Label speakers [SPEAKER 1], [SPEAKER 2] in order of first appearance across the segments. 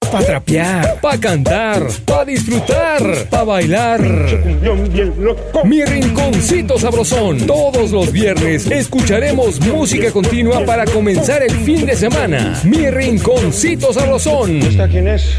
[SPEAKER 1] Para trapear, para cantar, para disfrutar, para bailar. Mi rinconcito sabrosón. Todos los viernes escucharemos música continua para comenzar el fin de semana. Mi rinconcito sabrosón.
[SPEAKER 2] ¿Esta quién es?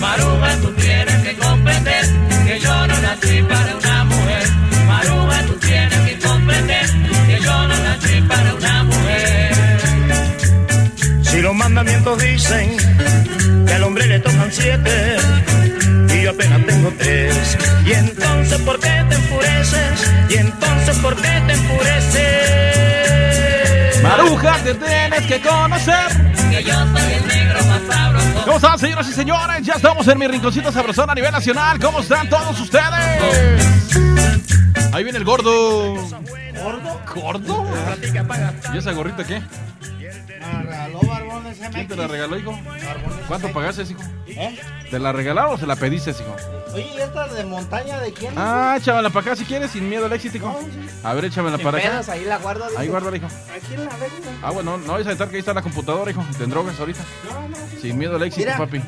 [SPEAKER 3] Maruma, tú tienes que comprender que yo no nací para una mujer. Maruma, tú tienes que comprender que yo no nací para una mujer.
[SPEAKER 4] Si los mandamientos dicen que al hombre le tocan siete y yo apenas tengo tres, y entonces ¿por qué te enfureces? Y entonces ¿por qué te enfureces?
[SPEAKER 5] Maruja, te tienes que conocer.
[SPEAKER 3] Que yo soy el negro más sabroso.
[SPEAKER 5] ¿Cómo están, señoras y señores? Ya estamos en mi rinconcito sabrosón a nivel nacional. ¿Cómo están todos ustedes? Ahí viene el gordo. ¿Gordo? ¿Gordo? ¿Y esa gorrita qué?
[SPEAKER 6] Regaló Barbón ese
[SPEAKER 5] ¿Quién te
[SPEAKER 6] MX.
[SPEAKER 5] la regaló, hijo? ¿Cuánto pagaste, hijo?
[SPEAKER 6] ¿Eh?
[SPEAKER 5] ¿Te la regalaron o se la pediste, hijo?
[SPEAKER 6] Oye, ¿y esta de montaña de quién?
[SPEAKER 5] Ah, échamela para acá si quieres, sin miedo al éxito, hijo. A ver, échamela para acá.
[SPEAKER 6] Pedas, ahí la guardo. dice.
[SPEAKER 5] Ahí guarda, hijo.
[SPEAKER 6] Aquí en la veo, güey.
[SPEAKER 5] Ah, bueno, no vayas a aventar que ahí está la computadora, hijo. Te drogas ahorita. Sin miedo al éxito,
[SPEAKER 6] Mira.
[SPEAKER 5] papi.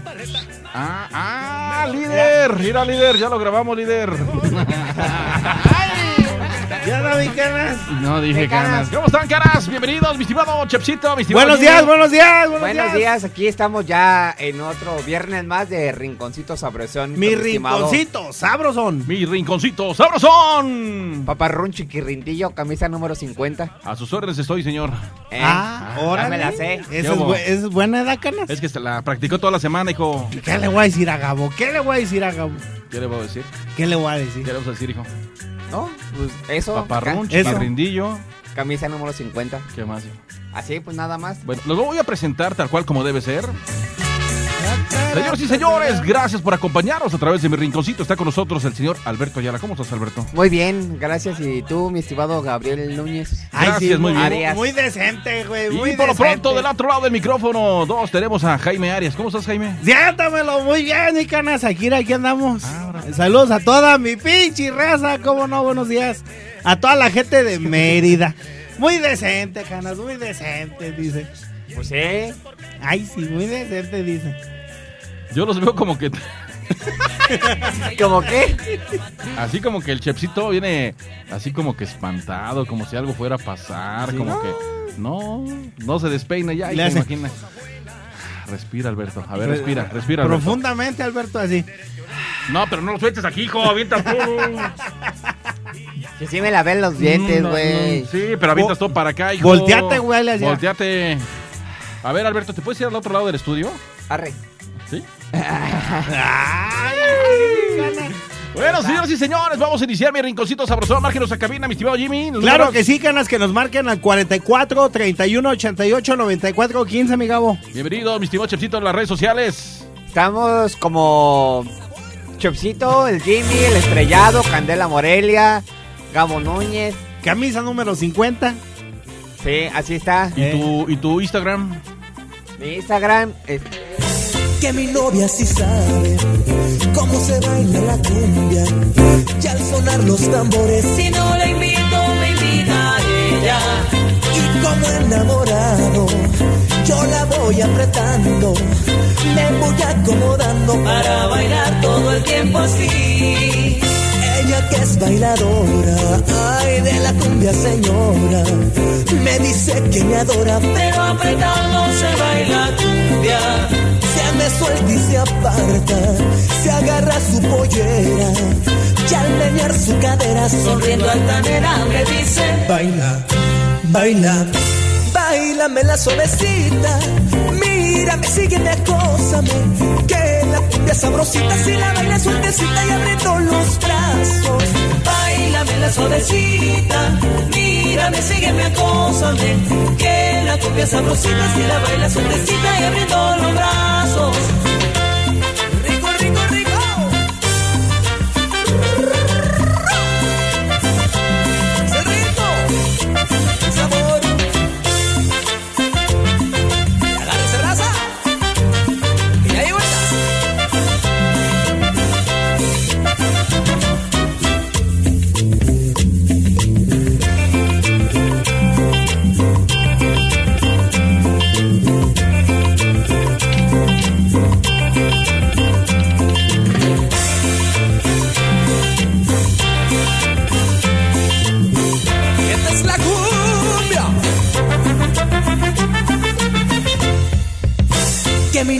[SPEAKER 5] Ah, ah, líder. Mira, líder, ya lo grabamos, líder.
[SPEAKER 6] Ya no vi canas.
[SPEAKER 5] No dije
[SPEAKER 6] ¿Qué caras?
[SPEAKER 5] caras. ¿Cómo están, caras? Bienvenidos, mi estimado Chepsito, mi estimado.
[SPEAKER 7] Buenos
[SPEAKER 5] Jimmy.
[SPEAKER 7] días, buenos días, buenos,
[SPEAKER 8] Buenos días, aquí estamos ya en otro viernes más de Rinconcito Sabrosón.
[SPEAKER 7] Mi
[SPEAKER 8] estimado
[SPEAKER 7] rinconcito, sabrosón.
[SPEAKER 5] Mi rinconcito, sabrosón.
[SPEAKER 8] Paparrón Chiquirrindillo, camisa número 50.
[SPEAKER 5] A sus órdenes estoy, señor.
[SPEAKER 8] Eh,
[SPEAKER 7] Ah, ahora.
[SPEAKER 8] Ya me la sé.
[SPEAKER 7] Esa es,
[SPEAKER 5] hubo?
[SPEAKER 7] bu- esa es buena edad, canas.
[SPEAKER 5] Es que se la practicó toda la semana, hijo.
[SPEAKER 7] ¿Qué le voy a decir a Gabo? ¿Qué le voy a decir a Gabo?
[SPEAKER 5] ¿Qué le voy a decir?
[SPEAKER 7] ¿Qué le voy a
[SPEAKER 5] ¿Qué
[SPEAKER 7] decir?
[SPEAKER 5] le vas a decir, hijo?
[SPEAKER 8] No, pues eso.
[SPEAKER 5] Paparrón,
[SPEAKER 7] Eso.
[SPEAKER 5] chiquirrindillo.
[SPEAKER 8] ca- camisa número 50.
[SPEAKER 5] ¿Qué más, hijo?
[SPEAKER 8] Así, pues nada más.
[SPEAKER 5] Bueno, los voy a presentar tal cual como debe ser. Señoras y señores, gracias por acompañarnos a través de mi rinconcito. Está con nosotros el señor Alberto Ayala. ¿Cómo estás, Alberto?
[SPEAKER 8] Muy bien, gracias. Y tú, mi estimado Gabriel Núñez.
[SPEAKER 7] Ay,
[SPEAKER 5] Gracias, muy bien.
[SPEAKER 7] Muy, muy decente, güey. Muy
[SPEAKER 5] y por lo
[SPEAKER 7] decente.
[SPEAKER 5] pronto, del otro lado del micrófono, dos, tenemos a Jaime Arias. ¿Cómo estás, Jaime?
[SPEAKER 7] Siéntamelo muy bien, mi canas. Aquí, aquí andamos.
[SPEAKER 5] Ahora.
[SPEAKER 7] Saludos a toda mi pinche raza. ¿Cómo no? Buenos días. A toda la gente de Mérida. Muy decente, canas. Muy decente, dice.
[SPEAKER 8] Pues eh.
[SPEAKER 7] Ay, sí, muy decente, dice.
[SPEAKER 5] Yo los veo como que,
[SPEAKER 8] ¿Cómo qué?
[SPEAKER 5] así como que el chepsito viene así como que espantado, como si algo fuera a pasar, como que no, no se despeina ya.
[SPEAKER 7] Le
[SPEAKER 5] Y
[SPEAKER 7] hace-
[SPEAKER 5] imagina. Respira, Alberto. A ver, respira, respira. Alberto.
[SPEAKER 7] Profundamente, Alberto, así.
[SPEAKER 5] No, pero no lo sueltes aquí, hijo, avientas todo.
[SPEAKER 8] Que sí me lavé los dientes,
[SPEAKER 5] No, no,
[SPEAKER 8] güey.
[SPEAKER 5] no. Mm, Sí, pero avientas todo para acá, hijo.
[SPEAKER 7] Volteate, güey, le hacía.
[SPEAKER 5] Volteate. A ver, Alberto, ¿te puedes ir al otro lado del estudio?
[SPEAKER 8] Arre.
[SPEAKER 5] Sí.
[SPEAKER 7] Ay, canas.
[SPEAKER 5] Bueno, señores y señores, vamos a iniciar mi rinconcito sabrosón. Márquenos a cabina, mi estimado Jimmy. Los
[SPEAKER 7] Claro
[SPEAKER 5] números-
[SPEAKER 7] que sí, canas, que nos marquen al 44 31 88 94 15, mi Gabo.
[SPEAKER 5] Bienvenido, mi estimado Chepsito, en las redes sociales.
[SPEAKER 8] Estamos como Chopsito, el Jimmy, el Estrellado, Candela Morelia, Gabo Núñez.
[SPEAKER 7] Camisa número 50.
[SPEAKER 8] Sí, así está.
[SPEAKER 5] ¿Y,
[SPEAKER 7] Eh.
[SPEAKER 5] tu, ¿Y tu Instagram?
[SPEAKER 8] Mi Instagram eh, es
[SPEAKER 9] que mi novia sí sabe cómo se baila la cumbia. Y al sonar los tambores
[SPEAKER 3] Si no la invito, me invita ella.
[SPEAKER 9] y como enamorado, yo la voy apretando, me voy acomodando
[SPEAKER 3] Para bailar todo el tiempo así.
[SPEAKER 9] Ella que es bailadora, ay de la cumbia señora, me dice que me adora,
[SPEAKER 3] Pero apretado se baila cumbia.
[SPEAKER 9] se me suelta y se aparta, se agarra su pollera, y al menear su cadera
[SPEAKER 3] Sonriendo altanera me dice,
[SPEAKER 9] Baila, baila, bailame la suavecita. Mírame, sígueme, acósame. Que la cumbia sabrosita, si la baila sueltecita y abriendo los brazos.
[SPEAKER 3] bailame la suavecita, mírame, sígueme, acósame, que la cumbia es sabrosita si la baila sueltecita y abriendo los brazos. Rico, rico, rico.
[SPEAKER 9] ¡Qué rico! ¡Qué sabor!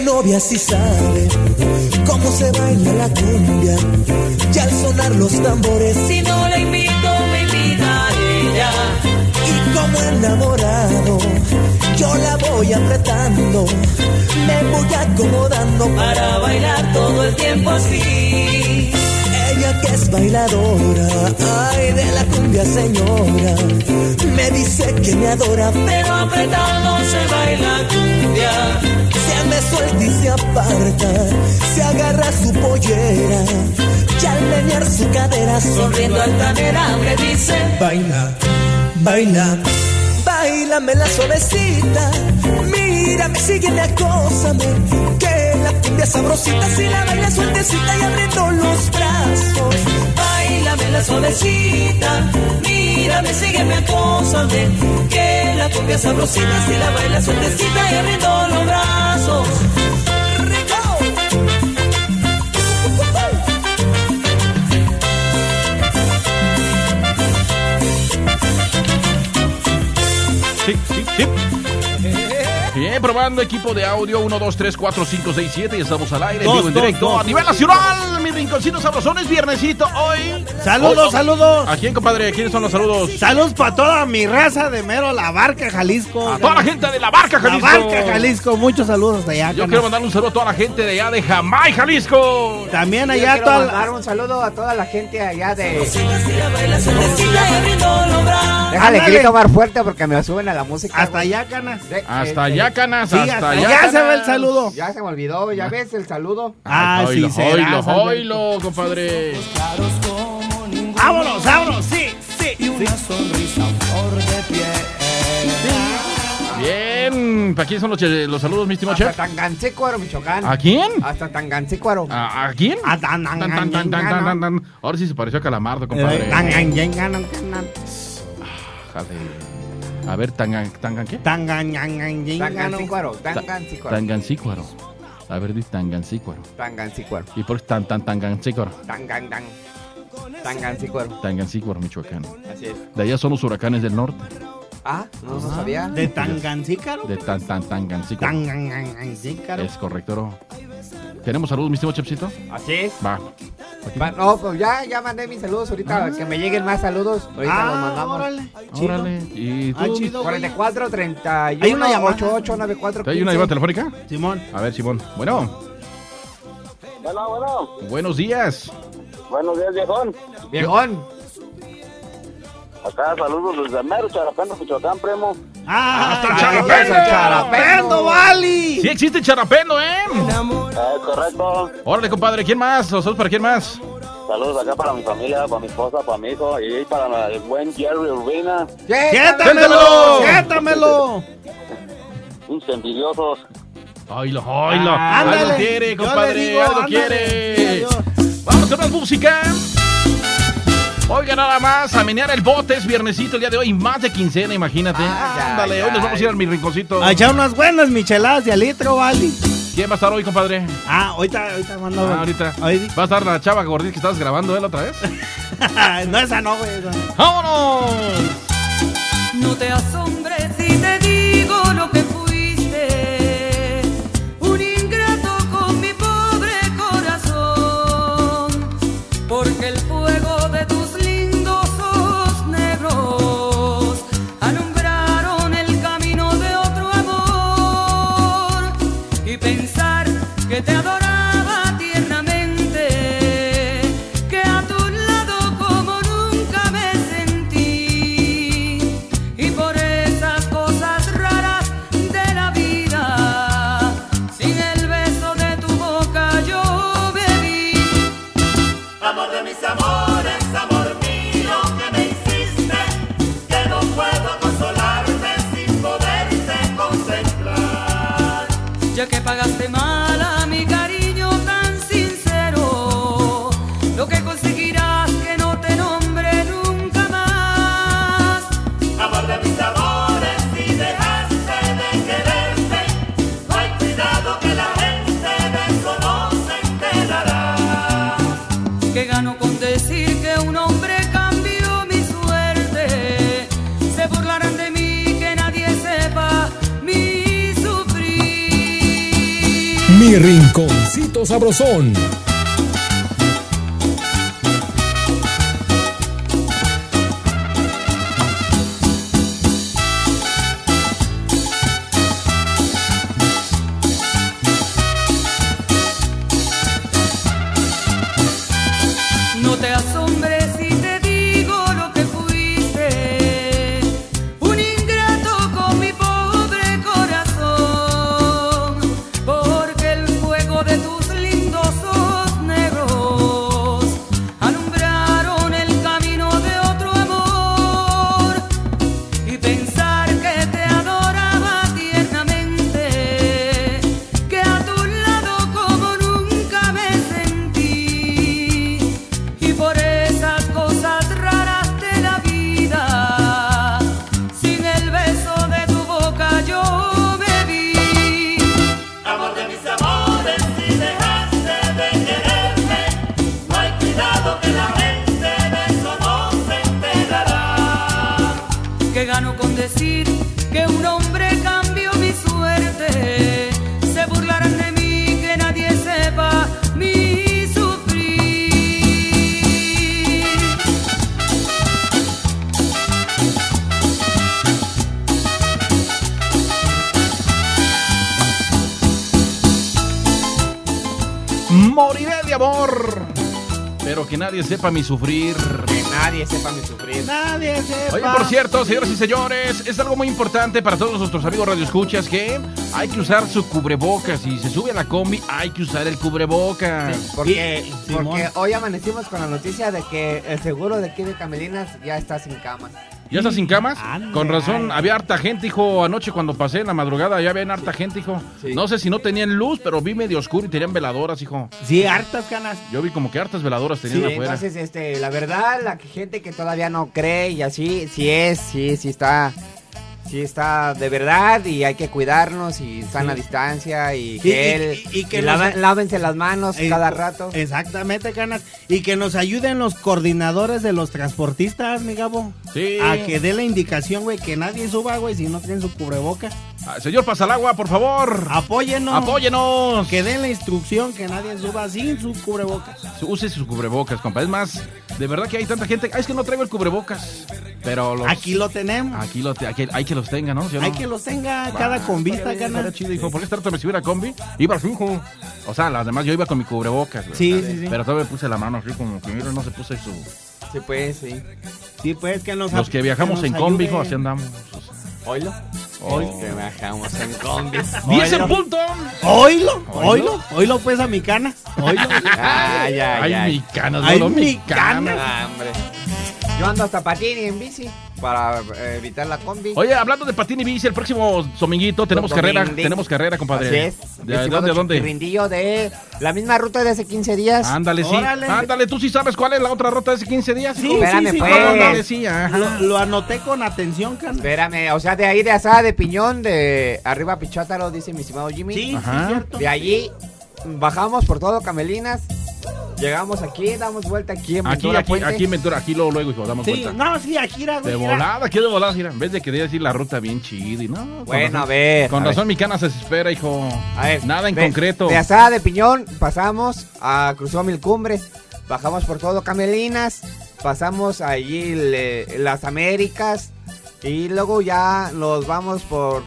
[SPEAKER 9] novia sí sabe cómo se baila la cumbia. Y al sonar los tambores,
[SPEAKER 10] Si no la invito, me invita ella.
[SPEAKER 9] y como enamorado, yo la voy apretando, me voy acomodando
[SPEAKER 10] Para bailar todo el tiempo así.
[SPEAKER 9] Ella que es bailadora, ay de la cumbia señora, me dice que me adora,
[SPEAKER 10] Pero apretado se baila cumbia.
[SPEAKER 9] se me suelta y se aparta, se agarra su pollera, y al menear su cadera
[SPEAKER 10] Sonriendo altanera me dice.
[SPEAKER 9] Baila, baila, bailame la suavecita. Mírame, sígueme, acósame. Que la cumbia es sabrosita, si la baila sueltecita y abriendo los brazos.
[SPEAKER 10] Bailame la suavecita, mírame, sígueme, acósame. Que la cumbia sabrosita, si la baila sueltecita y abriendo los brazos.
[SPEAKER 9] Rico.
[SPEAKER 5] Sí, sí, sí. Bien, probando equipo de audio 1, 2, 3, 4, 5, 6, 7. Estamos al aire, en
[SPEAKER 7] Dos,
[SPEAKER 5] vivo, en
[SPEAKER 7] dos,
[SPEAKER 5] directo
[SPEAKER 7] dos.
[SPEAKER 5] a nivel nacional. Mi rinconcito sabrosón es viernesito hoy.
[SPEAKER 7] Saludos,
[SPEAKER 5] Hoy-
[SPEAKER 7] saludos.
[SPEAKER 5] ¿A quién, compadre? ¿Quiénes son los saludos?
[SPEAKER 7] Saludos para toda mi raza de mero La Barca, Jalisco.
[SPEAKER 5] A toda la gente de la barca,
[SPEAKER 7] La
[SPEAKER 5] Jalisco.
[SPEAKER 7] Barca, Jalisco. Muchos saludos hasta allá.
[SPEAKER 5] Yo
[SPEAKER 7] canas.
[SPEAKER 5] quiero mandarle un saludo a toda la gente de allá de Jamaica, Jalisco.
[SPEAKER 7] También
[SPEAKER 8] Yo
[SPEAKER 7] allá
[SPEAKER 8] quiero
[SPEAKER 7] toda
[SPEAKER 8] mandar
[SPEAKER 7] la-
[SPEAKER 8] un saludo a toda la gente allá de.
[SPEAKER 10] Si la baila sueltecita y abriendo los brazos.
[SPEAKER 8] Déjale
[SPEAKER 7] Ándale.
[SPEAKER 8] grito más fuerte porque me suben a la música.
[SPEAKER 7] hasta
[SPEAKER 8] güey.
[SPEAKER 7] allá, canas.
[SPEAKER 8] De-
[SPEAKER 5] Hasta
[SPEAKER 8] de-
[SPEAKER 5] allá, canas,
[SPEAKER 7] Eh, Sí,
[SPEAKER 5] hasta
[SPEAKER 7] hasta
[SPEAKER 5] allá.
[SPEAKER 7] allá se ve el
[SPEAKER 5] canas.
[SPEAKER 7] saludo.
[SPEAKER 8] eh, Ya se me olvidó, ya ves el saludo.
[SPEAKER 7] Ah,
[SPEAKER 5] Ay,
[SPEAKER 7] sí, será,
[SPEAKER 5] oilo,
[SPEAKER 7] Alberto.
[SPEAKER 5] oilo, oilo, compadre.
[SPEAKER 7] Vámonos, vámonos. Sí, sí. sí.
[SPEAKER 5] Bien, ¿para quién son los, che- los saludos, mi estimado
[SPEAKER 8] Hasta
[SPEAKER 5] Ah, chef? Ah,
[SPEAKER 8] Tangancícuaro, Michoacán.
[SPEAKER 5] ¿A quién?
[SPEAKER 8] Hasta Tangancícuaro.
[SPEAKER 5] ¿A, a quién?
[SPEAKER 7] Ah, tan,
[SPEAKER 5] Tan,
[SPEAKER 7] tan,
[SPEAKER 5] tan, tan, tan, tan, tan, tan. Ahora sí se pareció a Calamardo, compadre.
[SPEAKER 7] Eh, tan, gan, yan, ganan, ganan.
[SPEAKER 5] Jale. A ver, tangan, tangan qué?
[SPEAKER 7] Tan, gan, yan, gan, yan, ganan.
[SPEAKER 8] Tangancícuaro,
[SPEAKER 5] Ta-
[SPEAKER 8] Tangancícuaro.
[SPEAKER 5] Tangancícuaro. A ver, di tangancícuaro.
[SPEAKER 8] Tangancícuaro.
[SPEAKER 5] ¿Y por qué tan, tan, tangancícuaro?
[SPEAKER 8] Tangan, tan. Tangancícuaro.
[SPEAKER 5] Tangancícuaro, Michoacán.
[SPEAKER 8] Así es.
[SPEAKER 5] De allá son los huracanes del norte.
[SPEAKER 8] Ah, no lo sabía.
[SPEAKER 7] De Tangancícaro.
[SPEAKER 5] De tan, tan, tangancícuaro.
[SPEAKER 7] Tan, gan, gan, gan, sícaro.
[SPEAKER 5] Es correcto. oro. ¿Tenemos saludos, mi estimado chepsito?
[SPEAKER 8] Así es.
[SPEAKER 5] Va.
[SPEAKER 8] Va- No, pues ya, ya mandé mis saludos ahorita. Que me lleguen más saludos. Ahorita los
[SPEAKER 7] Ah,
[SPEAKER 8] mandamos.
[SPEAKER 7] órale.
[SPEAKER 5] Órale. ¿Y tú?
[SPEAKER 7] Ah, chido, güey.
[SPEAKER 8] 44 31
[SPEAKER 7] Hay una llamada.
[SPEAKER 8] 88 94
[SPEAKER 5] ¿Hay una
[SPEAKER 8] 15.
[SPEAKER 5] llamada telefónica?
[SPEAKER 7] Simón.
[SPEAKER 5] A ver, Simón. Bueno,
[SPEAKER 2] Bueno, bueno,
[SPEAKER 5] buenos días.
[SPEAKER 2] buenos días, viejón.
[SPEAKER 8] Viejón.
[SPEAKER 2] Acá saludos desde Mero, Charapendo, Michoacán, primo.
[SPEAKER 7] Ah,
[SPEAKER 5] Hasta
[SPEAKER 7] saludos
[SPEAKER 5] Charapendo.
[SPEAKER 7] a Charapendo, Vali.
[SPEAKER 5] Sí existe Charapendo, ¿eh?
[SPEAKER 2] Eh, correcto.
[SPEAKER 5] Órale, compadre. ¿Quién más? ¿Los saludos para quién más?
[SPEAKER 2] Saludos acá para mi familia, para mi esposa, para mi hijo y para el buen Jerry Urbina.
[SPEAKER 7] Quétamelo, quétamelo.
[SPEAKER 2] Unos envidiosos.
[SPEAKER 5] Oilo, oilo.
[SPEAKER 7] Ah,
[SPEAKER 5] algo
[SPEAKER 7] ándale.
[SPEAKER 5] quiere,
[SPEAKER 7] Yo
[SPEAKER 5] compadre.
[SPEAKER 7] le digo,
[SPEAKER 5] algo
[SPEAKER 7] ándale.
[SPEAKER 5] quiere.
[SPEAKER 7] Sí, adiós.
[SPEAKER 5] Vamos con más música. Oiga, nada más, a menear el bote es viernesito el día de hoy, más de quincena, imagínate.
[SPEAKER 8] Ah, ya,
[SPEAKER 5] Ándale,
[SPEAKER 8] ya.
[SPEAKER 5] hoy nos vamos a ir a mi rinconcito.
[SPEAKER 7] A echar unas buenas micheladas de alitro, Vali.
[SPEAKER 5] ¿Quién va a estar hoy, compadre?
[SPEAKER 7] Ah, ahorita, ahorita mando.
[SPEAKER 5] Ah, ahorita.
[SPEAKER 7] Ahí-
[SPEAKER 5] ¿Va a estar la chava gordita que estabas grabando él otra vez?
[SPEAKER 7] no, esa no, güey. esa no.
[SPEAKER 5] ¡Vámonos!
[SPEAKER 10] No te asombres si te digo lo que fuiste, un ingrato con mi pobre corazón, porque el fuego de tus lindos ojos negros alumbraron el camino de otro amor y pensar que te adoraba tiernamente, que a tu lado como nunca me sentí y por eso
[SPEAKER 1] Mi rinconcito sabrosón.
[SPEAKER 10] No te asombres si te digo lo que fuiste, un ingrato con mi pobre corazón, porque el fuego de tus lindos ojos negros alumbraron el camino de otro amor y pensar que te adoraba tiernamente, que a tu lado como nunca me sentí. Y por esas cosas raras de la vida, sin el beso de tu boca yo me vi. Amor de mis amores, si dejaste de quererme, no hay cuidado que la gente de eso no se enterará. Que gano con decir que un hombre cambió mi suerte, se burlarán de mí, que nadie sepa mi sufrir.
[SPEAKER 5] Moriré de amor. Pero que nadie sepa mi sufrir.
[SPEAKER 8] Que nadie sepa mi sufrir.
[SPEAKER 7] Nadie sepa.
[SPEAKER 5] Oye, por cierto, señoras y señores, es algo muy importante para todos nuestros amigos radioescuchas que hay que usar su cubrebocas. Si se sube a la combi, hay que usar el cubrebocas.
[SPEAKER 8] Porque,
[SPEAKER 7] Y-
[SPEAKER 8] porque
[SPEAKER 7] Simón.
[SPEAKER 8] hoy amanecimos con la noticia de que el seguro de aquí de Camelinas ya está sin camas.
[SPEAKER 5] ¿Ya estás sin camas?
[SPEAKER 7] Ande,
[SPEAKER 5] Con razón,
[SPEAKER 7] ay.
[SPEAKER 5] había harta gente, hijo. Anoche cuando pasé en la madrugada, ya ven harta gente, hijo.
[SPEAKER 8] Sí.
[SPEAKER 5] No sé si no tenían luz, pero vi medio oscuro y tenían veladoras, hijo.
[SPEAKER 7] Sí, hartas canas.
[SPEAKER 5] Yo vi como que hartas veladoras tenían
[SPEAKER 8] Sí,
[SPEAKER 5] afuera.
[SPEAKER 8] entonces, este, la verdad, la que- gente que todavía no cree y así, sí es, sí, sí está, sí está de verdad y hay que cuidarnos y sana distancia y
[SPEAKER 7] Sí, y-
[SPEAKER 8] gel
[SPEAKER 7] y- y que
[SPEAKER 8] lava-
[SPEAKER 7] nos-
[SPEAKER 8] lávense las manos
[SPEAKER 7] Eh,
[SPEAKER 8] cada rato.
[SPEAKER 7] Exactamente, canas. Y que nos ayuden los coordinadores de los transportistas, mi Gabo.
[SPEAKER 5] Sí.
[SPEAKER 8] Ah,
[SPEAKER 7] A que dé la indicación, güey, que nadie suba, güey, si no tienen su cubreboca.
[SPEAKER 5] Ah, Señor Pasalagua, por
[SPEAKER 7] Ah,
[SPEAKER 5] favor.
[SPEAKER 7] Apóyenos.
[SPEAKER 5] Apóyenos.
[SPEAKER 7] Que den la instrucción que nadie suba sin su cubreboca.
[SPEAKER 5] Use su cubrebocas, compa. Es más, de verdad que hay tanta gente. Ah, es que no traigo el cubrebocas. Pero los-
[SPEAKER 7] Aquí lo tenemos.
[SPEAKER 5] Aquí lo te- aquí- hay que los tenga, ¿no? ¿Sí o no?
[SPEAKER 7] Hay que los tenga
[SPEAKER 5] Va,
[SPEAKER 7] cada convista,
[SPEAKER 5] estaría bien,
[SPEAKER 7] canas.
[SPEAKER 5] estaría chido, hijo. ¿Por qué esta tarde me subí a la combi? Iba así, hijo. O sea, las demás yo iba con mi cubrebocas. güey.
[SPEAKER 7] Sí,
[SPEAKER 5] O sea,
[SPEAKER 7] sí, sí.
[SPEAKER 5] Pero todavía me puse la mano así como que mira, no se puso su...
[SPEAKER 8] Sí, pues, sí.
[SPEAKER 7] Sí, pues que nos
[SPEAKER 5] Los que viajamos
[SPEAKER 7] que
[SPEAKER 5] en
[SPEAKER 7] nos
[SPEAKER 5] combi,
[SPEAKER 7] ayuden.
[SPEAKER 5] hijo, así andamos. o sea.
[SPEAKER 8] Oilo.
[SPEAKER 5] Oh.
[SPEAKER 8] Hoy que bajamos en combi.
[SPEAKER 5] ¡Diez en punto!
[SPEAKER 7] Oílo,
[SPEAKER 5] Oílo.
[SPEAKER 7] oílo, oílo pues a mi cana. Oílo.
[SPEAKER 8] Ay, ay, ay.
[SPEAKER 5] ¡Ay, mi canas!
[SPEAKER 7] Ay,
[SPEAKER 5] Lolo,
[SPEAKER 7] mi
[SPEAKER 5] mi canas.
[SPEAKER 8] Ah, hombre. Yo ando hasta patín y en bici para eh, evitar la combi.
[SPEAKER 5] Oye, hablando de patín y bici, el próximo dominguito tenemos
[SPEAKER 8] Domingo.
[SPEAKER 5] carrera, tenemos carrera, compadre.
[SPEAKER 8] Así es.
[SPEAKER 5] ¿De,
[SPEAKER 8] Estimado
[SPEAKER 5] dónde, Ah, dónde?
[SPEAKER 8] Chirrindillo de la misma ruta de hace 15 días.
[SPEAKER 5] Ándale, sí.
[SPEAKER 7] Órale.
[SPEAKER 5] Ándale, tú sí sabes cuál es la otra ruta de hace 15 días.
[SPEAKER 7] Sí,
[SPEAKER 5] hijo.
[SPEAKER 8] Espérame,
[SPEAKER 7] sí, sí,
[SPEAKER 8] pues.
[SPEAKER 7] cómo no.
[SPEAKER 5] Ándale, sí, ajá.
[SPEAKER 7] Lo, lo anoté con atención, canas.
[SPEAKER 8] Espérame, o sea, de ahí de Asada de Piñón, de arriba a Pichátaro, dice mi estimado Jimmy.
[SPEAKER 7] Sí,
[SPEAKER 5] Ajá.
[SPEAKER 7] sí, cierto.
[SPEAKER 8] De allí bajamos por todo Camelinas, llegamos aquí, damos vuelta aquí en
[SPEAKER 5] Aquí,
[SPEAKER 8] Ventura
[SPEAKER 5] aquí,
[SPEAKER 8] Puente.
[SPEAKER 5] aquí en Ventura, aquí luego, luego, hijo, damos
[SPEAKER 7] Sí,
[SPEAKER 5] vuelta.
[SPEAKER 7] no, sí, aquí era,
[SPEAKER 5] De
[SPEAKER 7] güey. era.
[SPEAKER 5] volada, aquí de volada, mira. En vez de que diga así la ruta bien chida y no. con
[SPEAKER 8] Bueno,
[SPEAKER 5] razón-
[SPEAKER 8] a ver.
[SPEAKER 5] Con
[SPEAKER 8] a
[SPEAKER 5] razón mi cana se desespera, hijo.
[SPEAKER 8] ver, a ver,
[SPEAKER 5] Nada en
[SPEAKER 8] de-
[SPEAKER 5] concreto.
[SPEAKER 8] De Asada de Piñón pasamos a Cruzó Mil Cumbres, bajamos por todo Camelinas, pasamos allí le- las Américas y luego ya nos vamos por...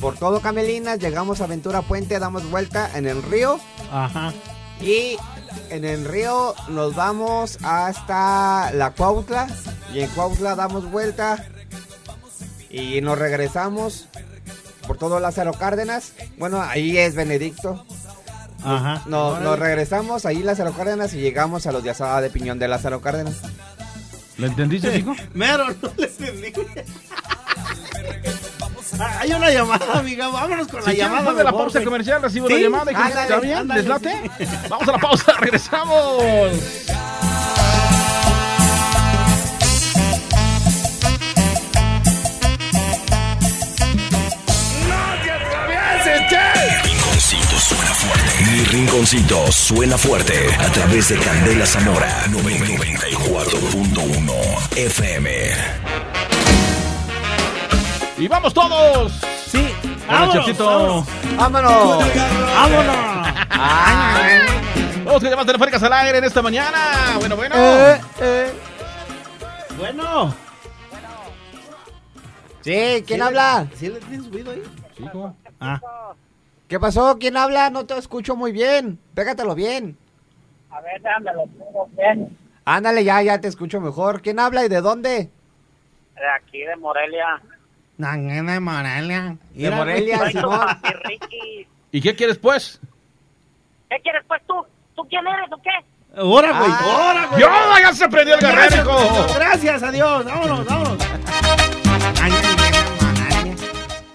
[SPEAKER 8] Por todo Camelinas, llegamos a Ventura Puente, damos vuelta en el río
[SPEAKER 7] Ajá.
[SPEAKER 8] Y en el río nos vamos hasta la Cuautla. Y en Cuautla damos vuelta. Y nos regresamos por todo Lázaro Cárdenas. Bueno, ahí es Benedicto.
[SPEAKER 7] Ajá.
[SPEAKER 8] Nos,
[SPEAKER 7] Órale.
[SPEAKER 8] nos regresamos ahí Lázaro Cárdenas y llegamos a los de Asada de Piñón de Lázaro Cárdenas.
[SPEAKER 5] ¿Lo entendiste, hijo?
[SPEAKER 7] Mero, no les entendí. Ah, Hay una llamada, amiga. Vámonos con la
[SPEAKER 5] Si quieren,
[SPEAKER 7] llamada.
[SPEAKER 5] mande la
[SPEAKER 7] mejor,
[SPEAKER 5] pausa
[SPEAKER 7] güey.
[SPEAKER 5] comercial, recibo
[SPEAKER 7] Sí,
[SPEAKER 5] la llamada. hijo.
[SPEAKER 7] ándale,
[SPEAKER 5] ¿Está bien?
[SPEAKER 7] ándale,
[SPEAKER 5] ¿Les late? Vamos a la pausa, regresamos.
[SPEAKER 11] Rinconcito suena fuerte. Mi rinconcito suena fuerte. A través de Candela Zamora 94.1 FM.
[SPEAKER 5] Y vamos todos.
[SPEAKER 7] Sí.
[SPEAKER 5] Vámonos,
[SPEAKER 7] Vámonos.
[SPEAKER 8] Vámonos.
[SPEAKER 7] Vámonos.
[SPEAKER 5] Vamos con llamadas telefónicas al aire en esta mañana. Bueno, bueno.
[SPEAKER 7] Eh, eh. Bueno.
[SPEAKER 8] Sí,
[SPEAKER 7] ¿Sí
[SPEAKER 8] ¿quién
[SPEAKER 7] le-
[SPEAKER 8] habla? Ah.
[SPEAKER 7] ¿Sí le tienes subido ahí?
[SPEAKER 8] ¿Qué pasó? ¿Quién habla? No te escucho muy bien. Pégatelo bien.
[SPEAKER 12] A ver, dándolo todo bien.
[SPEAKER 8] Ándale, ya, ya te escucho mejor. ¿Quién habla y de dónde?
[SPEAKER 12] De aquí de Morelia.
[SPEAKER 7] Nangana de Morelia.
[SPEAKER 8] De Morelia,
[SPEAKER 12] Soy tu
[SPEAKER 8] Simón.
[SPEAKER 12] papi Ricky.
[SPEAKER 5] ¿Y qué quieres, pues?
[SPEAKER 12] ¿Qué quieres pues tú? ¿Tú quién eres o qué?
[SPEAKER 7] Ahora, güey.
[SPEAKER 12] Ah.
[SPEAKER 7] Ahora, güey.
[SPEAKER 5] ¡Yo! ¡Ya se prendió el
[SPEAKER 7] Gracias,
[SPEAKER 5] garrérico!
[SPEAKER 7] Gracias a Dios. Vámonos, vámonos.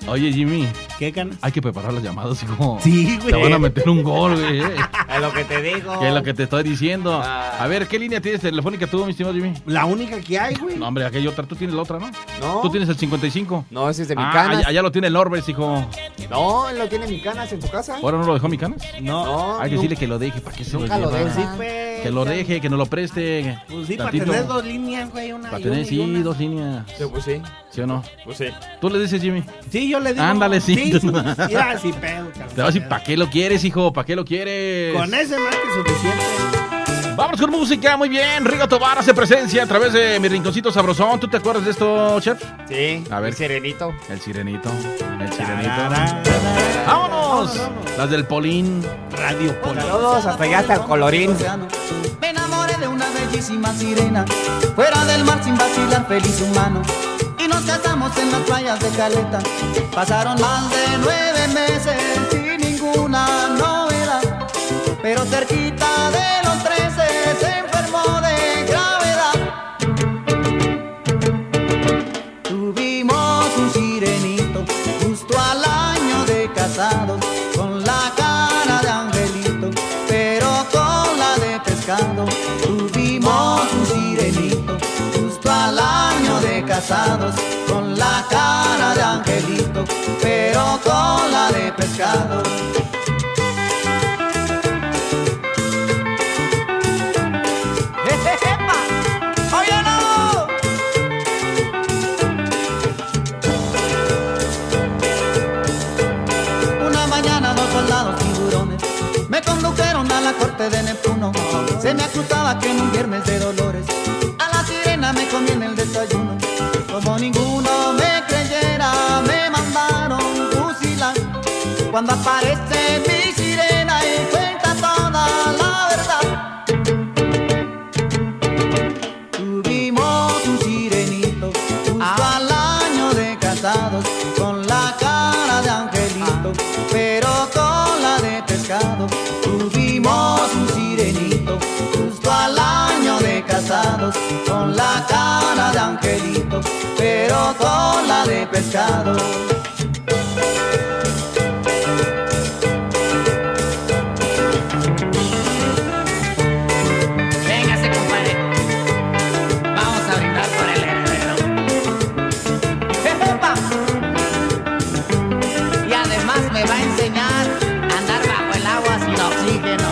[SPEAKER 5] Oye, Jimmy.
[SPEAKER 7] ¿Qué ganas?
[SPEAKER 5] Hay que preparar las llamadas, hijo.
[SPEAKER 7] Sí, güey.
[SPEAKER 5] Te van a meter un gol, güey. eh.
[SPEAKER 8] Es lo que te digo.
[SPEAKER 5] que es lo que te estoy diciendo.
[SPEAKER 8] Ah.
[SPEAKER 5] A ver, ¿qué línea tienes telefónica tú, mi estimado Jimmy?
[SPEAKER 7] La única que hay, güey.
[SPEAKER 5] No, hombre, aquí hay otra. Tú tienes la otra, ¿no?
[SPEAKER 8] No.
[SPEAKER 5] Tú tienes el 55.
[SPEAKER 8] No, ese es de mi
[SPEAKER 5] Ah,
[SPEAKER 8] canas.
[SPEAKER 5] allá, allá lo tiene el Orbes, hijo.
[SPEAKER 8] No, él lo tiene mi canas en tu casa.
[SPEAKER 5] ¿Ahora no lo dejó mi canas?
[SPEAKER 8] No.
[SPEAKER 5] Hay que
[SPEAKER 8] no.
[SPEAKER 5] decirle que lo deje, ¿para qué se lo
[SPEAKER 8] Nunca lo
[SPEAKER 5] lleva?
[SPEAKER 8] deja. Sí,
[SPEAKER 7] pues.
[SPEAKER 5] que lo deje, que nos lo preste.
[SPEAKER 7] Pues sí, para
[SPEAKER 5] Tantito.
[SPEAKER 7] tener dos líneas, güey. Una
[SPEAKER 5] Para
[SPEAKER 7] y
[SPEAKER 5] tener,
[SPEAKER 7] una y
[SPEAKER 5] sí,
[SPEAKER 7] una.
[SPEAKER 5] dos líneas.
[SPEAKER 8] Sí, pues sí.
[SPEAKER 5] ¿Sí o no?
[SPEAKER 8] Pues sí.
[SPEAKER 5] ¿Tú le dices, Jimmy?
[SPEAKER 7] Sí, yo le digo.
[SPEAKER 5] Ándale, sí.
[SPEAKER 7] Sí, sí, mira, sí, pedo, cabrón.
[SPEAKER 5] Te vas a decir, ¿para qué lo quieres, hijo? ¿Para qué lo quieres?
[SPEAKER 7] Con ese más que suficiente.
[SPEAKER 5] Vamos con música, muy bien. Rigo Tobar hace presencia a través de mi rinconcito sabrosón. ¿Tú te acuerdas de esto, chef?
[SPEAKER 8] Sí.
[SPEAKER 5] A ver.
[SPEAKER 8] El sirenito.
[SPEAKER 5] El sirenito. El sirenito. ¡Vámonos! Las del Polín. Radio Polín.
[SPEAKER 8] Saludos hasta allá, hasta el colorín.
[SPEAKER 13] Me enamoré de una bellísima sirena, fuera del mar sin vacilar, feliz humano. Y nos casamos en las playas de Caleta. Pasaron más de nueve meses sin ninguna novedad. Pero cerquita de los trece se enfermó de gravedad. Tuvimos un sirenito justo al año de casados, con la cara de angelito, pero con la de pescado. Tuvimos un sirenito justo al año de casados, con la cara de angelito, pero con la de pescado. ¡Jejejepa! ¡Oye, no! Una mañana dos soldados tiburones me condujeron a la corte de Neptuno. Se me acusaba que en un viernes de dolores a la sirena me comí en el desayuno. Como ninguno me creyera, me mandaron fusilar. Cuando aparece mi sirena y cuenta toda la verdad. Tuvimos un sirenito justo al año de casados con la cara de angelito, pero con la de pescado. Tuvimos un sirenito justo al año de casados con la cara de angelito, pero con la de pescado.
[SPEAKER 14] Véngase, compadre. Vamos a brindar por el herrero.
[SPEAKER 13] ¡Epa! Y además me va a enseñar a andar bajo el agua sin oxígeno,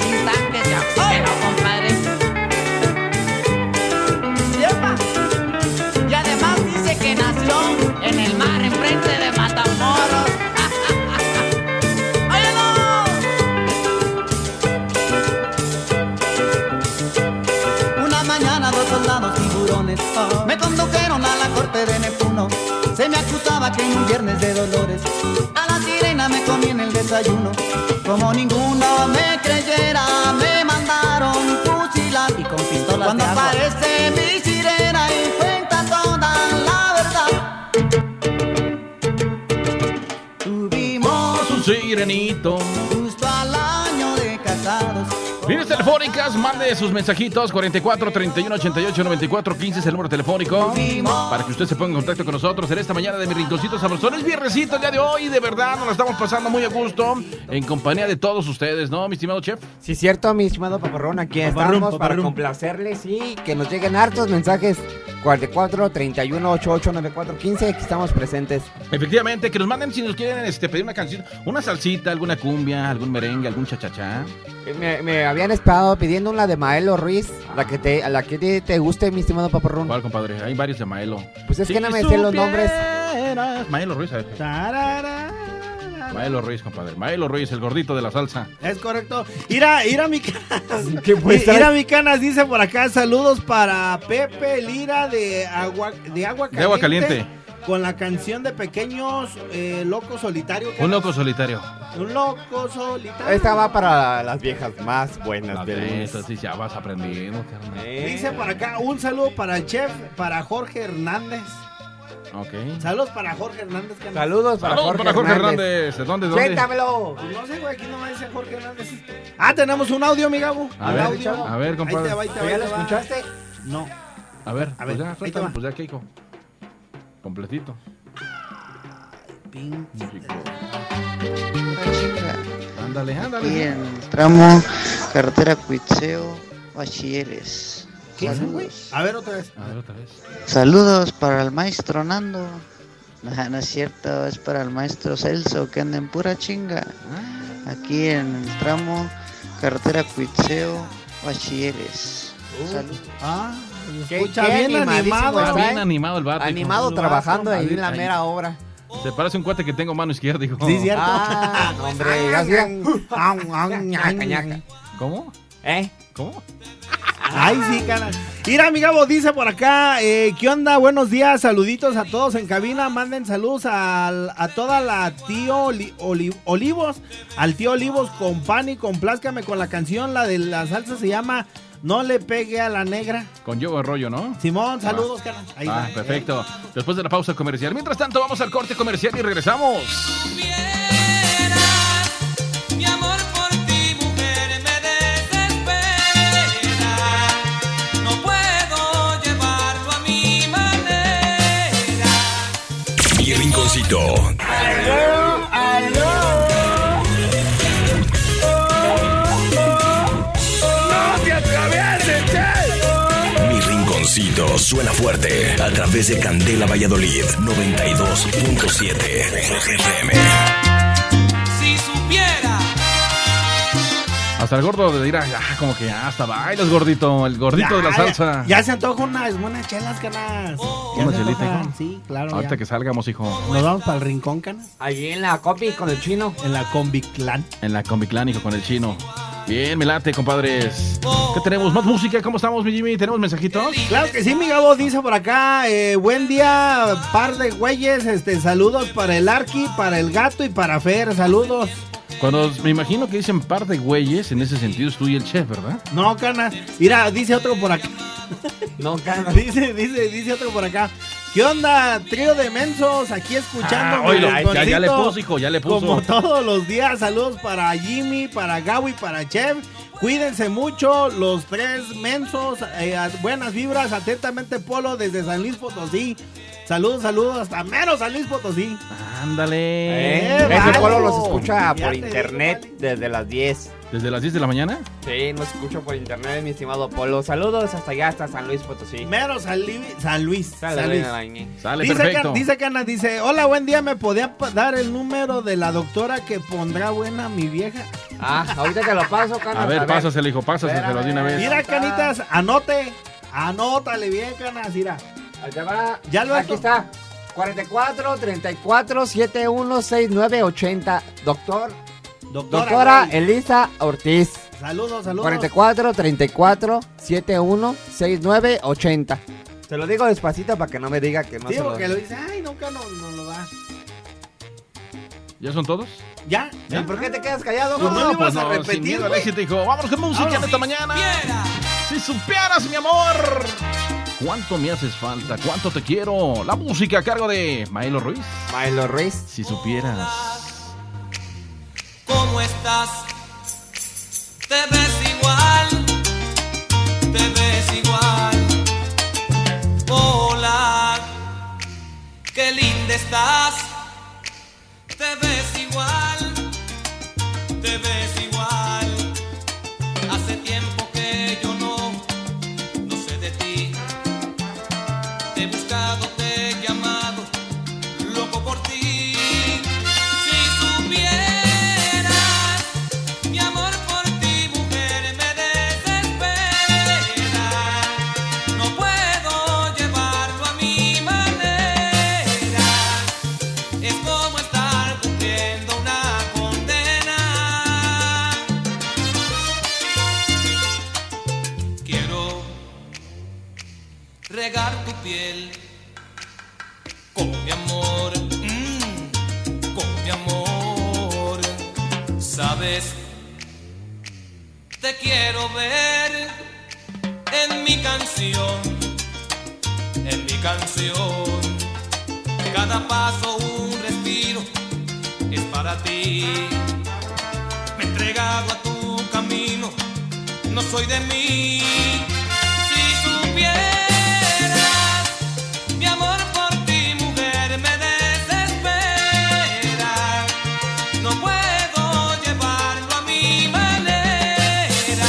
[SPEAKER 13] sin tanques de oxígeno, compadre. ¡Epa! Y además dice que nació en el mar, enfrente de Matamoros. ¡Oye, no! Una mañana dos soldados tiburones me condujeron a la corte de Neptuno. Se me acusaba que en un viernes de dolores a la sirena me comí en el desayuno. Como ninguno me creyera, me mandaron fusilar. Y con pistolas Cuando
[SPEAKER 14] de agua.
[SPEAKER 13] aparece mi sirena y cuenta toda la verdad. Tuvimos
[SPEAKER 5] Un sirenito.
[SPEAKER 13] justo al año de casados.
[SPEAKER 5] Líneas telefónicas, mande sus mensajitos 44 31 88 94 15 es el número telefónico para que usted se ponga en contacto con nosotros en esta mañana de mi rinconcito sabrosón. Es viernesito el día de hoy, de verdad nos la estamos pasando muy a gusto en compañía de todos ustedes, ¿no, mi estimado chef?
[SPEAKER 8] Sí, cierto, mi estimado paparrón. Aquí
[SPEAKER 5] Paparrón,
[SPEAKER 8] estamos para
[SPEAKER 5] paparrón.
[SPEAKER 8] complacerles y que nos lleguen hartos mensajes. 44 31 88 94 15. Aquí estamos presentes.
[SPEAKER 5] Efectivamente, que nos manden si nos quieren este, pedir una canción, una salsita, alguna cumbia, algún merengue, algún chachachá.
[SPEAKER 8] Eh, Me, me habían estado pidiendo una de Maelo Ruiz. La que te, a la que te, te guste, mi estimado paparrón.
[SPEAKER 5] ¿Cuál, compadre? Hay varios de Maelo.
[SPEAKER 8] Pues es
[SPEAKER 5] Si
[SPEAKER 8] que no me sé los nombres.
[SPEAKER 7] veras.
[SPEAKER 5] Maelo Ruiz, a ver.
[SPEAKER 7] Tarara.
[SPEAKER 5] Maelo Ruiz, compadre. Maelo Ruiz, el gordito de la salsa.
[SPEAKER 7] Es correcto. Ira, ira mi canas.
[SPEAKER 5] ¿Qué puede estar?
[SPEAKER 7] Ira mi canas dice por acá saludos para Pepe Lira de agua de agua caliente.
[SPEAKER 5] De Agua Caliente.
[SPEAKER 7] Con la canción de Pequeños eh, Loco Solitario.
[SPEAKER 5] Un loco solitario.
[SPEAKER 7] Un loco solitario.
[SPEAKER 8] Esta va para las viejas más buenas del mundo.
[SPEAKER 5] Eso sí, ya vas aprendiendo, carnal.
[SPEAKER 7] Dice por acá un saludo para el chef, para Jorge Hernández.
[SPEAKER 5] Ok.
[SPEAKER 7] Saludos para Jorge Hernández. canas.
[SPEAKER 8] Saludos para Jorge,
[SPEAKER 5] Hernández. ¿De ¿Dónde, dónde?
[SPEAKER 8] Cuéntamelo.
[SPEAKER 7] Pues no sé, güey, aquí nomás dice Jorge Hernández. Ah, tenemos un audio, mi Gabo.
[SPEAKER 5] A
[SPEAKER 7] Un
[SPEAKER 5] ver,
[SPEAKER 7] audio.
[SPEAKER 5] a ver, compadre.
[SPEAKER 7] Ahí te va, ahí te va,
[SPEAKER 5] ¿Ya
[SPEAKER 7] ahí
[SPEAKER 5] lo
[SPEAKER 7] te va.
[SPEAKER 5] escuchaste?
[SPEAKER 7] No.
[SPEAKER 5] A ver,
[SPEAKER 7] A
[SPEAKER 5] a ver,
[SPEAKER 7] ver,
[SPEAKER 5] pues ya,
[SPEAKER 7] ahí te
[SPEAKER 5] suéltalo,
[SPEAKER 7] va.
[SPEAKER 5] pues ya, Keiko. Completito. Ándale, ándale.
[SPEAKER 15] Y en el tramo carretera Cuitseo, Bachilleres.
[SPEAKER 7] ¿Qué dice, güey?
[SPEAKER 15] Saludos.
[SPEAKER 7] A ver, otra vez.
[SPEAKER 5] A ver, otra vez.
[SPEAKER 15] Saludos para el maestro Nando. Nah, no es cierto, es para el maestro Celso que anda en pura chinga.
[SPEAKER 7] Ah.
[SPEAKER 15] Aquí en el tramo carretera Cuitseo, Bachilleres. Saludos.
[SPEAKER 7] Ah,
[SPEAKER 8] escucha bien animado,
[SPEAKER 5] Está
[SPEAKER 8] ¿eh?
[SPEAKER 5] bien animado el vato. hijo.
[SPEAKER 8] Animado trabajando ahí en la
[SPEAKER 5] Ahí.
[SPEAKER 8] mera obra.
[SPEAKER 5] Se parece un cuate que tengo mano izquierda, dijo.
[SPEAKER 7] Sí, cierto.
[SPEAKER 8] Ah, no, hombre, gracias. Ñaca, ñaca.
[SPEAKER 5] ¿Cómo?
[SPEAKER 8] ¿Eh?
[SPEAKER 5] ¿Cómo?
[SPEAKER 7] Ay, sí, canas. Mira, mi Gabo dice por acá, eh, ¿qué onda? Buenos días, saluditos a todos en cabina. Manden saludos al- a toda la tío Oli- Oli- Olivos, al tío Olivos con pan y complázcame con la canción. La de la salsa se llama No le pegue a la negra.
[SPEAKER 5] Con yo rollo, ¿no?
[SPEAKER 7] Simón, saludos, canas. Ahí
[SPEAKER 5] ah,
[SPEAKER 7] va.
[SPEAKER 5] perfecto. Después de la pausa comercial. Mientras tanto, vamos al corte comercial y regresamos.
[SPEAKER 3] Mi amor por ti, mujer, me desespera. No puedo llevarlo a mi manera.
[SPEAKER 11] Mi rinconcito.
[SPEAKER 3] Aló, aló. No te atravieses,
[SPEAKER 11] Mi rinconcito suena fuerte a través de Candela Valladolid 92.7 FM.
[SPEAKER 3] Si supiera.
[SPEAKER 5] Hasta el gordo dirá, ah, como que ya, hasta bailas, gordito. El gordito de la
[SPEAKER 7] Ya,
[SPEAKER 5] salsa.
[SPEAKER 7] Ya, ya se antoja unas buenas chelas, canas. Ya
[SPEAKER 5] Una
[SPEAKER 7] se
[SPEAKER 5] chelita,
[SPEAKER 7] antoja.
[SPEAKER 5] hijo.
[SPEAKER 7] Sí, claro.
[SPEAKER 5] Ahorita
[SPEAKER 7] ya.
[SPEAKER 5] que salgamos, hijo.
[SPEAKER 7] Nos vamos para el rincón, canas.
[SPEAKER 8] Allí en la combi con el chino.
[SPEAKER 7] En la combi clan.
[SPEAKER 5] En la combi clan, hijo, con el chino. Bien, me late, compadres. ¿Qué tenemos? ¿Más música? ¿Cómo estamos, mi Jimmy? ¿Tenemos mensajitos?
[SPEAKER 7] Claro que sí, mi Gabo dice por acá, eh, buen día, par de güeyes, este, saludos para el Arqui, para el gato y para Fer, saludos.
[SPEAKER 5] Cuando me imagino que dicen par de güeyes, en ese sentido es tú y el chef, ¿verdad?
[SPEAKER 7] No, canas, mira, dice otro por acá.
[SPEAKER 8] No, canas.
[SPEAKER 7] Dice, dice, dice otro por acá. ¿Qué onda, trío de mensos? Aquí
[SPEAKER 5] Ah,
[SPEAKER 7] escuchando.
[SPEAKER 5] oye,
[SPEAKER 7] mi
[SPEAKER 5] ya- ya- ya le
[SPEAKER 7] rinconcito,
[SPEAKER 5] puso, hijo, ya le puso.
[SPEAKER 7] Como todos los días, saludos para Jimmy, para Gabo y para Chef. Cuídense mucho, los tres mensos, eh, a- buenas vibras, atentamente Polo desde San Luis Potosí. Saludos, saludos, hasta menos San Luis Potosí.
[SPEAKER 5] Ándale.
[SPEAKER 7] Eh,
[SPEAKER 8] Ese
[SPEAKER 7] vago.
[SPEAKER 8] pueblo los escucha
[SPEAKER 7] Ya
[SPEAKER 8] por
[SPEAKER 7] te
[SPEAKER 8] internet desde las 10.
[SPEAKER 5] ¿Desde las 10 de la mañana?
[SPEAKER 8] Sí, nos escucho por internet, mi estimado Polo. Saludos hasta allá, hasta San Luis Potosí.
[SPEAKER 7] Mero San, Luis, San Luis.
[SPEAKER 8] Sale,
[SPEAKER 7] San Luis.
[SPEAKER 8] Reina.
[SPEAKER 5] Sale,
[SPEAKER 7] Dice,
[SPEAKER 5] perfecto.
[SPEAKER 7] Can- dice Cana, dice, hola, buen día, ¿me podía pa- dar el número de la doctora que pondrá buena a mi vieja?
[SPEAKER 8] Ah, ahorita te lo paso, Canas.
[SPEAKER 5] A ver, pásaselo, hijo, pásaselo de una vez.
[SPEAKER 7] Mira, Canitas, anote, anótale bien, Canas, mira.
[SPEAKER 8] Allá va.
[SPEAKER 7] Ya lo
[SPEAKER 8] Aquí está. 44 34 71 69 80. Doctor.
[SPEAKER 7] Doctora,
[SPEAKER 8] Doctora
[SPEAKER 7] güey.
[SPEAKER 8] Elisa Ortiz.
[SPEAKER 7] Saludos, saludos.
[SPEAKER 8] 44 34 71 69 80. Te lo digo despacito para que no me diga que no
[SPEAKER 7] Sí,
[SPEAKER 8] se lo
[SPEAKER 7] porque lo dice, ay, nunca nos no lo da.
[SPEAKER 5] ¿Ya son todos?
[SPEAKER 7] ¿Ya?
[SPEAKER 5] ¿Ya?
[SPEAKER 8] ¿Y por qué te quedas callado?
[SPEAKER 5] Pues
[SPEAKER 8] gordo?
[SPEAKER 5] no, pues no, sin miedo al éxito, hijo. Vámonos con música
[SPEAKER 8] Vámonos.
[SPEAKER 5] en esta mañana. Si supieras, mi amor. ¿Cuánto me haces falta? ¿Cuánto te quiero? La música a cargo de Maelo Ruiz.
[SPEAKER 8] Maelo Ruiz.
[SPEAKER 5] Si supieras.
[SPEAKER 3] ¿Cómo estás? Te ves igual, te ves igual. Hola, qué linda estás. Te ves igual, te ves igual. Hace tiempo que yo no, no sé de ti. Te he buscado, te he llamado, loco por ti. Si supieras
[SPEAKER 16] Mm, Te quiero ver en mi canción, en mi canción. Cada paso un respiro es para ti. Me he entregado a tu camino, no soy de mí. Si supieras mi amor por ti, mujer, me desespera. No puedo llevarlo a mi manera.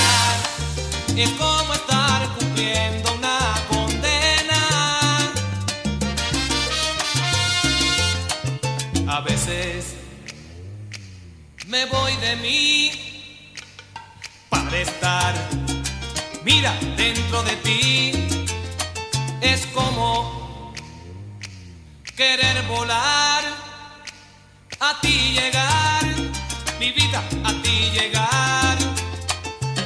[SPEAKER 16] Es como estar cumpliendo una condena. A veces me voy de mí para estar, mira, dentro de ti. Es como querer volar, a ti llegar, mi vida, a ti llegar.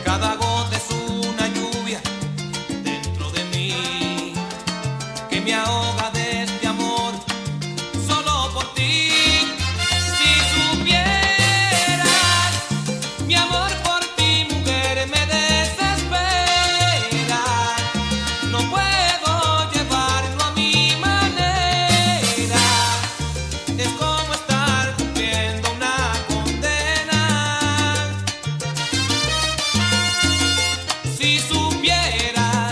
[SPEAKER 16] Cada gota es una lluvia dentro de mí que me ahoga de este amor solo por ti. Si supieras mi amor por ti, mujer, me desespera. No puedo llevarlo a mi manera. Es como estar cumpliendo una condena. Si supieras.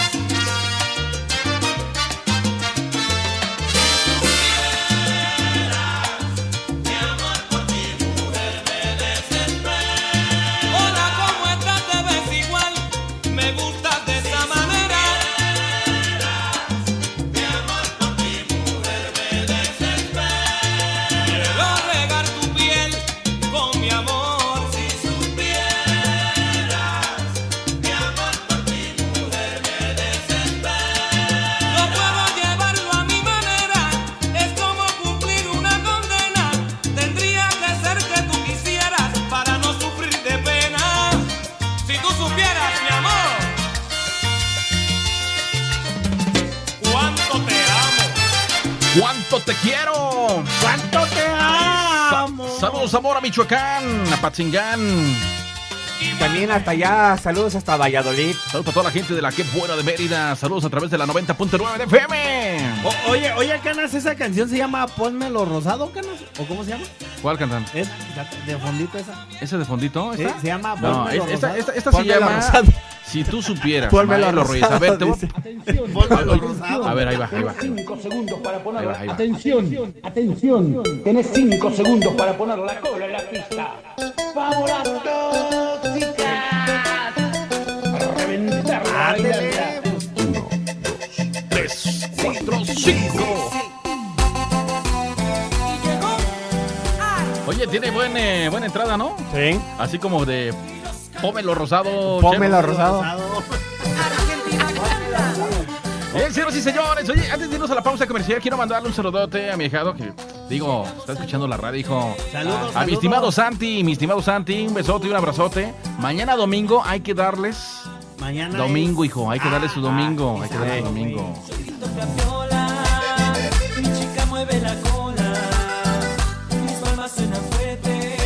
[SPEAKER 16] Hola, ¿cómo estás? Te ves igual. Me gustas de esa manera. Mi amor por ti, mujer, me desespera. Quiero regar tu piel con mi amor. Si supieras, mi amor por ti, mujer, me desespera. No puedo llevarlo a mi manera. Es como cumplir una condena. Tendría que ser que tú quisieras para no sufrir de pena. Si tú supieras, mi amor, cuánto te amo.
[SPEAKER 5] ¿Cuánto te quiero? ¿Cuánto te amo? saludos, amor, a Michoacán, a Patzingán.
[SPEAKER 8] También hasta allá, saludos hasta Valladolid.
[SPEAKER 5] Saludos a toda la gente de la que buena de Mérida. Saludos a través de la 90.9 de FM.
[SPEAKER 7] O- oye, oye, Canas, esa canción se llama Pónmelo Rosado, Canas. ¿O cómo se llama?
[SPEAKER 5] ¿Cuál cantan?
[SPEAKER 7] Es la- de fondito esa.
[SPEAKER 5] ¿Ese de fondito?
[SPEAKER 7] Sí,
[SPEAKER 5] ¿Esta?
[SPEAKER 7] se llama
[SPEAKER 5] No,
[SPEAKER 7] Pónmelo
[SPEAKER 5] es- esta,
[SPEAKER 7] Rosado.
[SPEAKER 5] esta- esta se
[SPEAKER 7] Pónmelo
[SPEAKER 5] llama
[SPEAKER 7] Rosado.
[SPEAKER 5] Si tú supieras.
[SPEAKER 7] Pónmelo
[SPEAKER 5] Maelo Ruiz. A ver, te voy-
[SPEAKER 7] Pónmelo
[SPEAKER 5] a- a ver, ahí va, ahí va.
[SPEAKER 17] Cinco segundos para
[SPEAKER 5] Ahí va, ahí va.
[SPEAKER 17] Atención, atención. Tenés cinco segundos para poner la cola en la pista.
[SPEAKER 3] Vamos las tóxicas. A reventar la vida.
[SPEAKER 5] Tres,
[SPEAKER 3] cuatro, cinco.
[SPEAKER 5] Oye, tiene buen, eh, buena entrada, ¿no?
[SPEAKER 8] Sí.
[SPEAKER 5] Así como de Pómelo Rosado.
[SPEAKER 8] Pómelo
[SPEAKER 5] Chelo.
[SPEAKER 8] Rosado.
[SPEAKER 5] Bien, Eh, señoras y señores, oye, antes de irnos a la pausa comercial, quiero mandarle un saludote a mi hijado que, digo, está escuchando la radio, hijo.
[SPEAKER 7] Saludos,
[SPEAKER 5] a,
[SPEAKER 7] saludos.
[SPEAKER 5] mi estimado Santi, mi estimado Santi, un besote y un abrazote. Mañana domingo hay que darles.
[SPEAKER 7] Mañana.
[SPEAKER 5] Domingo, hijo, hay que darle su
[SPEAKER 17] Ah,
[SPEAKER 5] domingo. hay que darle su domingo.
[SPEAKER 16] Mi chica mueve la cola, mis palmas suenan fuerte,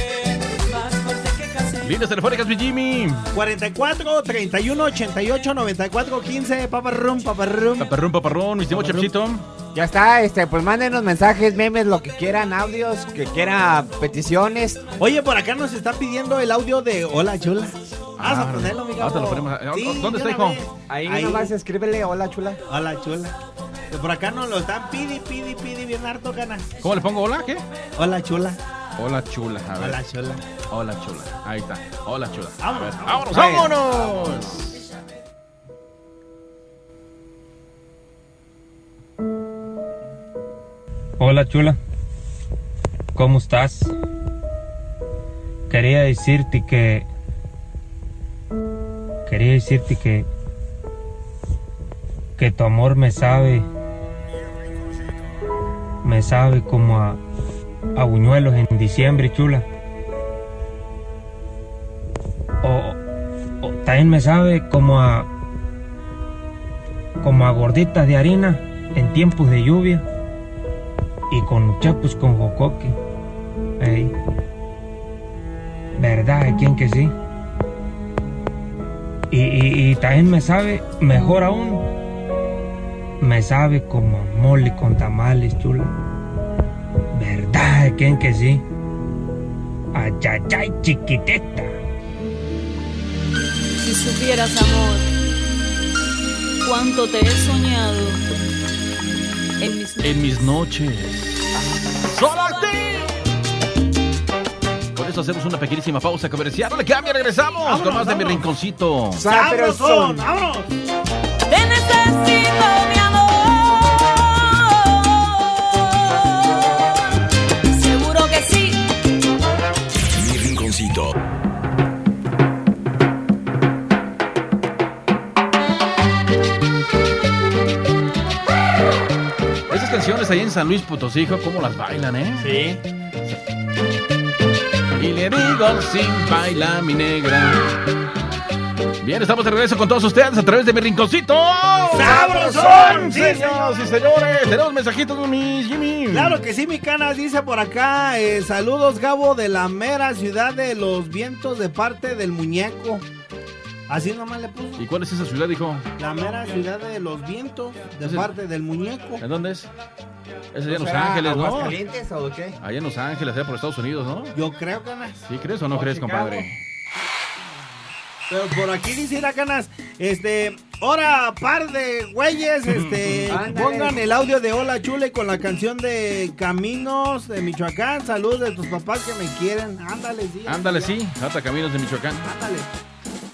[SPEAKER 16] más fuerte que casi.
[SPEAKER 5] Líneas telefónicas, mi Jimmy.
[SPEAKER 7] 44 31 88 94 15. Paparrum, paparrum.
[SPEAKER 5] Paparrum, paparrum, mi estimado Chepsito.
[SPEAKER 8] Ya está, este, pues mándenos mensajes, memes, lo que quieran, audios, que quiera peticiones.
[SPEAKER 7] Oye, por acá nos está pidiendo el audio de Hola Chula. Vamos a
[SPEAKER 8] Ah,
[SPEAKER 7] ponerlo, mi gabo.
[SPEAKER 8] ahorita lo ponemos.
[SPEAKER 7] Sí,
[SPEAKER 8] ¿Dónde
[SPEAKER 7] de
[SPEAKER 8] está,
[SPEAKER 7] una
[SPEAKER 8] hijo?
[SPEAKER 7] vez.
[SPEAKER 8] Ahí nomás escríbele Hola Chula.
[SPEAKER 7] Hola Chula. Que Por acá nos lo están pidi, pidi, pidi, bien harto, ganas.
[SPEAKER 5] ¿Cómo le pongo hola? ¿Qué?
[SPEAKER 7] Hola chula.
[SPEAKER 5] Hola chula, a ver.
[SPEAKER 7] Hola chula.
[SPEAKER 5] Hola chula. Ahí está. Hola chula. A ver, vámonos,
[SPEAKER 7] Vámonos,
[SPEAKER 5] vámonos.
[SPEAKER 18] Hola chula, ¿cómo estás? Quería decirte que... Quería decirte que... Que tu amor me sabe... Me sabe como a... A buñuelos en diciembre, chula. O, o también me sabe como a... Como a gorditas de harina en tiempos de lluvia y con chapus con jocoque. Ey. ¿Verdad? ¿Quién que sí? Y, y- y también me sabe, mejor aún, me sabe como a mole con tamales, chulo. ¿Verdad? ¿Quién que sí? Ayayay, chiquiteta.
[SPEAKER 19] Si supieras, amor, cuánto te he soñado en mis
[SPEAKER 5] En mis noches. ¡Solo a ti! Con eso hacemos una pequeñísima pausa comercial. No le cambia, regresamos con más de mi rinconcito.
[SPEAKER 19] ¡Sabrosón!
[SPEAKER 7] ¡Vámonos!
[SPEAKER 19] Te necesito, mi amor. Seguro que sí.
[SPEAKER 11] Mi rinconcito.
[SPEAKER 5] Esas canciones ahí en San Luis Potosí, hijo, cómo las bailan, ¿eh? Sí. Y le digo sin baila mi negra. Bien, estamos de regreso con todos ustedes a través de mi rinconcito.
[SPEAKER 7] ¡Sabrosón!
[SPEAKER 5] Sí,
[SPEAKER 7] Sí,
[SPEAKER 5] señores y señores. Tenemos mensajitos, mi Jimmy.
[SPEAKER 7] Claro que sí, mi canas dice por acá. eh, saludos, Gabo, de la mera ciudad de los vientos de parte del muñeco. Así nomás le puso.
[SPEAKER 5] ¿Y cuál es esa ciudad, hijo?
[SPEAKER 7] La mera ciudad de los vientos de
[SPEAKER 5] Ese-
[SPEAKER 7] parte del muñeco.
[SPEAKER 5] ¿En dónde es? Es allá en Los
[SPEAKER 7] ¿Será
[SPEAKER 5] Ángeles, ¿no?
[SPEAKER 7] Aguascalientes o qué?
[SPEAKER 5] Allá en Los Ángeles, allá por Estados Unidos, ¿no?
[SPEAKER 7] Yo creo, canas.
[SPEAKER 5] ¿Sí crees o no
[SPEAKER 7] O
[SPEAKER 5] crees,
[SPEAKER 7] Oh, Chicago.
[SPEAKER 5] compadre?
[SPEAKER 7] Pero por aquí dice la canas, este, ahora par de güeyes, este,
[SPEAKER 8] Ándale.
[SPEAKER 7] pongan el audio de Hola Chule con la canción de Caminos de Michoacán, saludos de tus papás que me quieren, ándale, sí.
[SPEAKER 5] Ándale, sí. Hasta Caminos de Michoacán.
[SPEAKER 7] Ándale.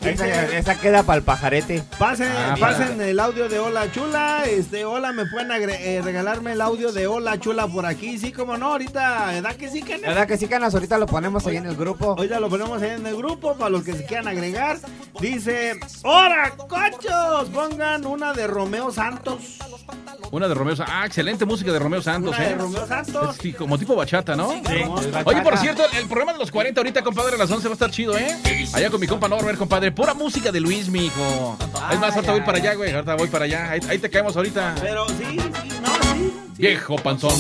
[SPEAKER 7] Este,
[SPEAKER 8] Esa, esa queda para el pajarete.
[SPEAKER 7] Pasen,
[SPEAKER 8] Ah,
[SPEAKER 7] pasen el audio de Hola Chula, este, hola, me pueden agre- eh, regalarme el audio de Hola Chula por aquí, sí, como no, ahorita, ¿verdad que sí,
[SPEAKER 8] La
[SPEAKER 7] canas?
[SPEAKER 8] verdad que sí, Canas, ahorita lo ponemos ahí en el grupo.
[SPEAKER 7] Ahorita lo ponemos ahí en el grupo para los que se quieran agregar. Dice, ¡Hora, cochos! Pongan una de Romeo Santos.
[SPEAKER 5] Una de Romeo Santos. Ah, excelente música de Romeo Santos,
[SPEAKER 7] Una
[SPEAKER 5] ¿eh?
[SPEAKER 7] de Romeo Santos.
[SPEAKER 5] Es ti- como tipo bachata, ¿no?
[SPEAKER 7] bachata.
[SPEAKER 5] Oye, por cierto, el, el programa de los 40 ahorita, compadre, a las 11 va a estar chido, ¿eh? Allá con mi compa Norbert, compadre. Pura música de Luis, mijo. Es más, ahorita voy para allá, güey. Ahorita voy para allá. Ahí, ahí te caemos ahorita.
[SPEAKER 7] Pero sí, sí, no, sí.
[SPEAKER 5] Viejo panzón.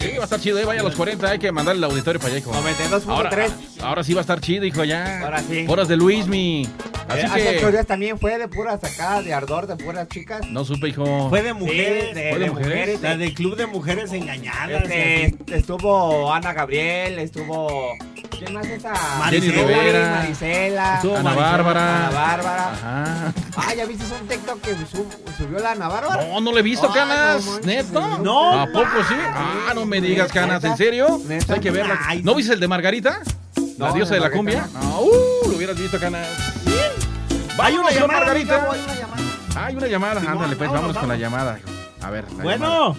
[SPEAKER 5] Sí, va a estar chido, ¿eh? Vaya a los 40, hay que mandar el auditorio para allá, hijo.
[SPEAKER 8] 92.3.
[SPEAKER 5] Ahora, ahora sí va a estar chido, hijo, ya.
[SPEAKER 8] Ahora sí.
[SPEAKER 5] Horas de Luis, mi.
[SPEAKER 8] Eh,
[SPEAKER 5] Así
[SPEAKER 8] Hace ocho
[SPEAKER 5] que...
[SPEAKER 8] días también fue de puras acá, de ardor, de puras chicas.
[SPEAKER 5] No supe, hijo.
[SPEAKER 7] Fue de mujeres.
[SPEAKER 8] de- de mujeres.
[SPEAKER 7] La del club de mujeres engañadas.
[SPEAKER 8] Este, estuvo Ana Gabriel, estuvo. ¿Quién más está?
[SPEAKER 7] Jenny
[SPEAKER 5] Rivera.
[SPEAKER 8] Marisela.
[SPEAKER 5] Estuvo Ana Marisela. Bárbara.
[SPEAKER 8] Ana Bárbara.
[SPEAKER 5] Ajá.
[SPEAKER 8] Ah, ya viste un TikTok que sub- subió la Ana Bárbara.
[SPEAKER 5] No, no le he visto,
[SPEAKER 8] Ah,
[SPEAKER 5] Canas.
[SPEAKER 8] no manches,
[SPEAKER 5] ¿Neta?
[SPEAKER 8] sí.
[SPEAKER 5] No. ¿A poco sí? Ah, no me digas, Canas. ¿En serio? Pues Hay que verla. ¿No viste el de Margarita? La
[SPEAKER 8] No,
[SPEAKER 5] diosa de
[SPEAKER 8] de
[SPEAKER 5] la cumbia.
[SPEAKER 8] Margarita
[SPEAKER 5] No, uh, lo hubieras visto, Canas.
[SPEAKER 7] Hay una
[SPEAKER 5] Vámonos con
[SPEAKER 7] llamada,
[SPEAKER 5] Margarita.
[SPEAKER 7] amigo,
[SPEAKER 5] Hay una llamada.
[SPEAKER 7] Sí,
[SPEAKER 5] Ándale, pues
[SPEAKER 7] vámonos,
[SPEAKER 5] vámonos con la
[SPEAKER 7] vámonos.
[SPEAKER 5] llamada. A ver. la llamada.
[SPEAKER 7] Bueno,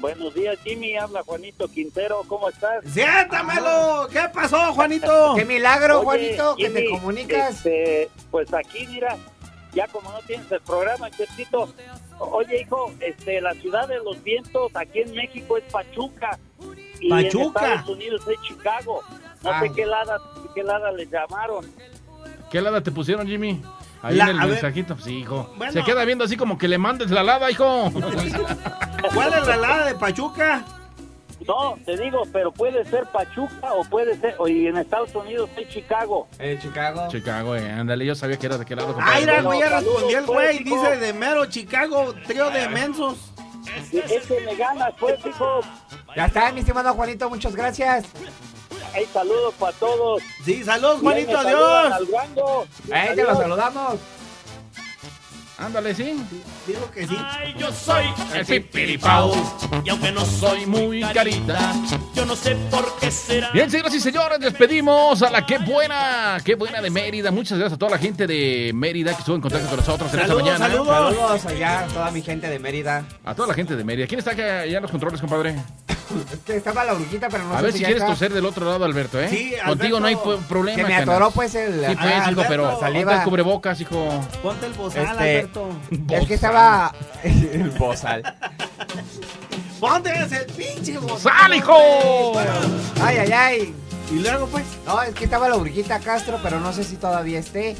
[SPEAKER 2] Buenos días, Jimmy. Habla Juanito Quintero. ¿Cómo estás?
[SPEAKER 7] siéntamelo. ¿Qué pasó, Juanito?
[SPEAKER 8] Qué milagro,
[SPEAKER 2] Oye,
[SPEAKER 8] Juanito, que te
[SPEAKER 2] Jimmy,
[SPEAKER 8] comunicas.
[SPEAKER 2] este, pues aquí, mira, ya como no tienes el programa, Chepsito. Oye, hijo, este, la ciudad de los vientos aquí en México es Pachuca. Y
[SPEAKER 5] Pachuca.
[SPEAKER 2] en Estados Unidos es Chicago. No
[SPEAKER 5] Ah.
[SPEAKER 2] sé qué lada, qué lada les llamaron.
[SPEAKER 5] ¿Qué lada te pusieron, Jimmy? Ahí
[SPEAKER 7] La-
[SPEAKER 5] en el
[SPEAKER 7] a ver.
[SPEAKER 5] mensajito. Sí, hijo.
[SPEAKER 7] Bueno.
[SPEAKER 5] Se queda viendo así como que le mandes la lada, hijo.
[SPEAKER 7] ¿Cuál es la helada de Pachuca?
[SPEAKER 2] No, te digo, pero puede ser Pachuca o puede ser, o- y en Estados Unidos es Chicago.
[SPEAKER 8] Eh, Chicago.
[SPEAKER 5] Chicago, eh. Ándale, yo sabía que era de qué lado. compadre.
[SPEAKER 7] Ah, mira, güey, ya
[SPEAKER 2] saludos,
[SPEAKER 7] respondió el
[SPEAKER 2] pues,
[SPEAKER 7] güey.
[SPEAKER 2] hijo.
[SPEAKER 7] Dice de mero Chicago, trío de mensos.
[SPEAKER 2] Es que me ganas, pues, hijo.
[SPEAKER 8] Ya está, mi estimado Juanito, muchas gracias.
[SPEAKER 2] Hey, saludos para todos.
[SPEAKER 7] Sí, saludos,
[SPEAKER 2] Ahí me
[SPEAKER 7] Juanito,
[SPEAKER 2] saludan al
[SPEAKER 7] adiós.
[SPEAKER 2] Wango.
[SPEAKER 8] Eh, te lo
[SPEAKER 2] Adiós.
[SPEAKER 8] saludamos.
[SPEAKER 5] Ándale, sí.
[SPEAKER 7] Digo que sí.
[SPEAKER 20] Ay, yo soy
[SPEAKER 5] El pipiripao.
[SPEAKER 20] Y aunque no soy muy carita, yo no sé por qué será.
[SPEAKER 5] Bien, señoras y señores, despedimos a la que buena, qué buena de Mérida. Muchas gracias a toda la gente de Mérida que estuvo en contacto con nosotros en esta mañana.
[SPEAKER 8] Saludos allá a toda mi gente de Mérida.
[SPEAKER 5] A toda la gente de Mérida. ¿Quién está acá allá en los controles, compadre?
[SPEAKER 8] Es que estaba la brujita, pero no
[SPEAKER 5] a
[SPEAKER 8] sé
[SPEAKER 5] ver si
[SPEAKER 8] ya
[SPEAKER 5] quieres
[SPEAKER 8] está.
[SPEAKER 5] toser del otro lado, Alberto, ¿eh?
[SPEAKER 8] Sí,
[SPEAKER 5] Contigo
[SPEAKER 8] Alberto,
[SPEAKER 5] no hay po- problema.
[SPEAKER 8] se me
[SPEAKER 5] canas.
[SPEAKER 8] atoró, pues, el-
[SPEAKER 5] Sí, pues,
[SPEAKER 8] ah,
[SPEAKER 5] hijo,
[SPEAKER 8] Alberto,
[SPEAKER 5] pero
[SPEAKER 8] saliva.
[SPEAKER 5] ponte el cubrebocas, hijo.
[SPEAKER 7] Ponte el bozal,
[SPEAKER 8] Este,
[SPEAKER 7] Alberto.
[SPEAKER 8] Es que estaba. el bozal.
[SPEAKER 7] Ponte ese pinche bozal.
[SPEAKER 5] ¡Sal, hijo!
[SPEAKER 8] Ay, ay, ay.
[SPEAKER 7] Y luego, pues.
[SPEAKER 8] No, es que estaba la Burguita Castro, pero no sé si todavía esté.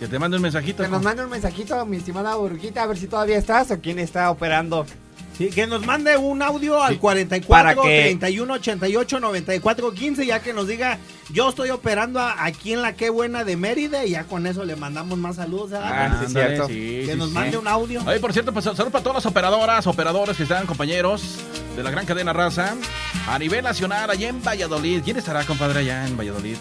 [SPEAKER 5] Que te mande un mensajito.
[SPEAKER 8] Que nos mande un mensajito, mi estimada Burguita, a ver si todavía estás o quién está operando.
[SPEAKER 7] Sí, que nos mande un audio al 44
[SPEAKER 8] ¿Para qué?
[SPEAKER 7] 31 88 94 15, ya que nos diga, yo estoy operando a- aquí en la Qué Buena de Mérida, y ya con eso le mandamos más saludos. ¿verdad?
[SPEAKER 8] Ah,
[SPEAKER 5] Ándale,
[SPEAKER 7] Que
[SPEAKER 5] sí,
[SPEAKER 7] nos
[SPEAKER 5] sí.
[SPEAKER 7] mande un audio.
[SPEAKER 5] Oye, por cierto, pues saludos para todas las operadoras, operadores que están, compañeros de la gran cadena raza. A nivel nacional, allá en Valladolid. ¿Quién estará, compadre, allá en Valladolid?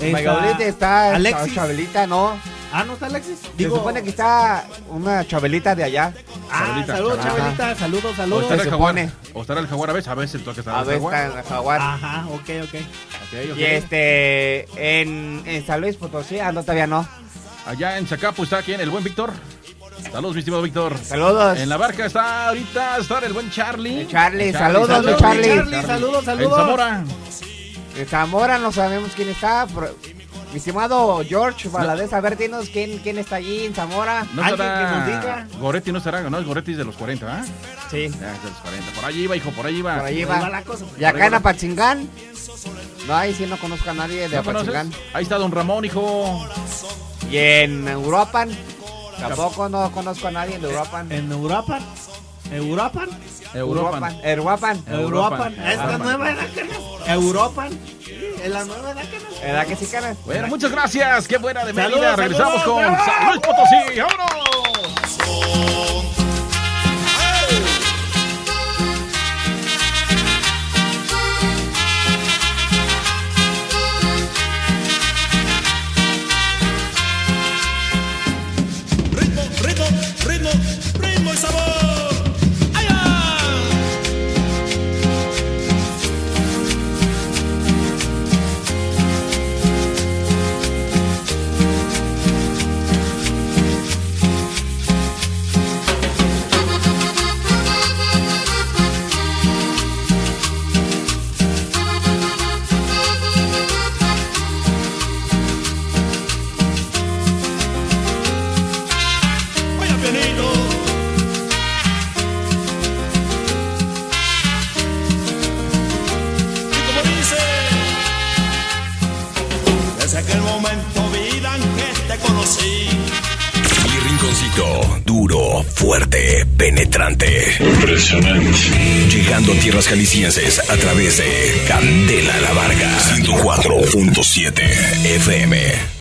[SPEAKER 8] En Valladolid está
[SPEAKER 5] Alexis.
[SPEAKER 8] Alexis. Chabelita, ¿no?
[SPEAKER 7] Este, Ah, ¿no está Alexis?
[SPEAKER 8] Se supone que está una Chabelita de allá.
[SPEAKER 7] Ah, saludos, Chabelita, saludos,
[SPEAKER 5] O
[SPEAKER 7] saludos.
[SPEAKER 5] estará
[SPEAKER 8] Se
[SPEAKER 5] el jaguar.
[SPEAKER 8] supone.
[SPEAKER 5] O estará el jaguar a veces, a veces toca estar
[SPEAKER 8] A ver, está en la Jaguar. Ah,
[SPEAKER 7] Ajá, ok, ok.
[SPEAKER 5] ok.
[SPEAKER 8] Y este, en, en San Luis Potosí, ah, no, todavía no.
[SPEAKER 5] Allá en Zacapu está aquí en el buen Víctor. Saludos, mi estimado Víctor.
[SPEAKER 8] Saludos.
[SPEAKER 5] En la barca está ahorita está el buen Charlie.
[SPEAKER 8] Charlie,
[SPEAKER 5] El
[SPEAKER 8] saludos, mi Charlie. Charlie, saludos,
[SPEAKER 5] En
[SPEAKER 8] saludos.
[SPEAKER 5] Zamora.
[SPEAKER 8] En Eh, Zamora no sabemos quién está. pero- mi estimado George Valadez, a ver, dinos quién, quién está allí en Zamora.
[SPEAKER 5] No
[SPEAKER 8] Alguien
[SPEAKER 5] estará-
[SPEAKER 8] que nos diga.
[SPEAKER 5] Goretti no estará, no, el Goretti es de los 40, ¿ah?
[SPEAKER 8] Sí.
[SPEAKER 5] es de los 40. Por allí va, hijo, por allí va.
[SPEAKER 8] Por allí
[SPEAKER 5] Por
[SPEAKER 8] va. Y acá en
[SPEAKER 5] va.
[SPEAKER 8] Apatzingán. No, ahí sí no conozco a nadie de
[SPEAKER 5] ¿No conoces?
[SPEAKER 8] Apatzingán.
[SPEAKER 5] Ahí está Don Ramón, hijo.
[SPEAKER 8] Y en Uruapan. Tampoco no conozco a nadie de Uruapan.
[SPEAKER 7] ¿En Europa? ¿Europa?
[SPEAKER 8] Uruapan. Eh, Uruapan.
[SPEAKER 7] Europa.
[SPEAKER 8] Uruapan.
[SPEAKER 7] Esta nueva edad que Europa. Es la nueva edad que
[SPEAKER 8] ¿Verdad que sí, cara?
[SPEAKER 5] Bueno, muchas gracias. Qué buena de Mérida.
[SPEAKER 7] Saludos,
[SPEAKER 5] Regresamos
[SPEAKER 7] saludos,
[SPEAKER 5] con
[SPEAKER 7] bravo.
[SPEAKER 5] San Luis Potosí. ¡Vámonos!
[SPEAKER 21] Ritmo, ritmo, ritmo, ritmo y sabor. ¡Ay, ah! Oye, pianito. Y como dice, desde aquel momento, vida en que te conocí.
[SPEAKER 11] Mi rinconcito, duro, fuerte, penetrante. Impresionante. Llegando a tierras jaliscienses a través de Candela La Varga 104.7 FM.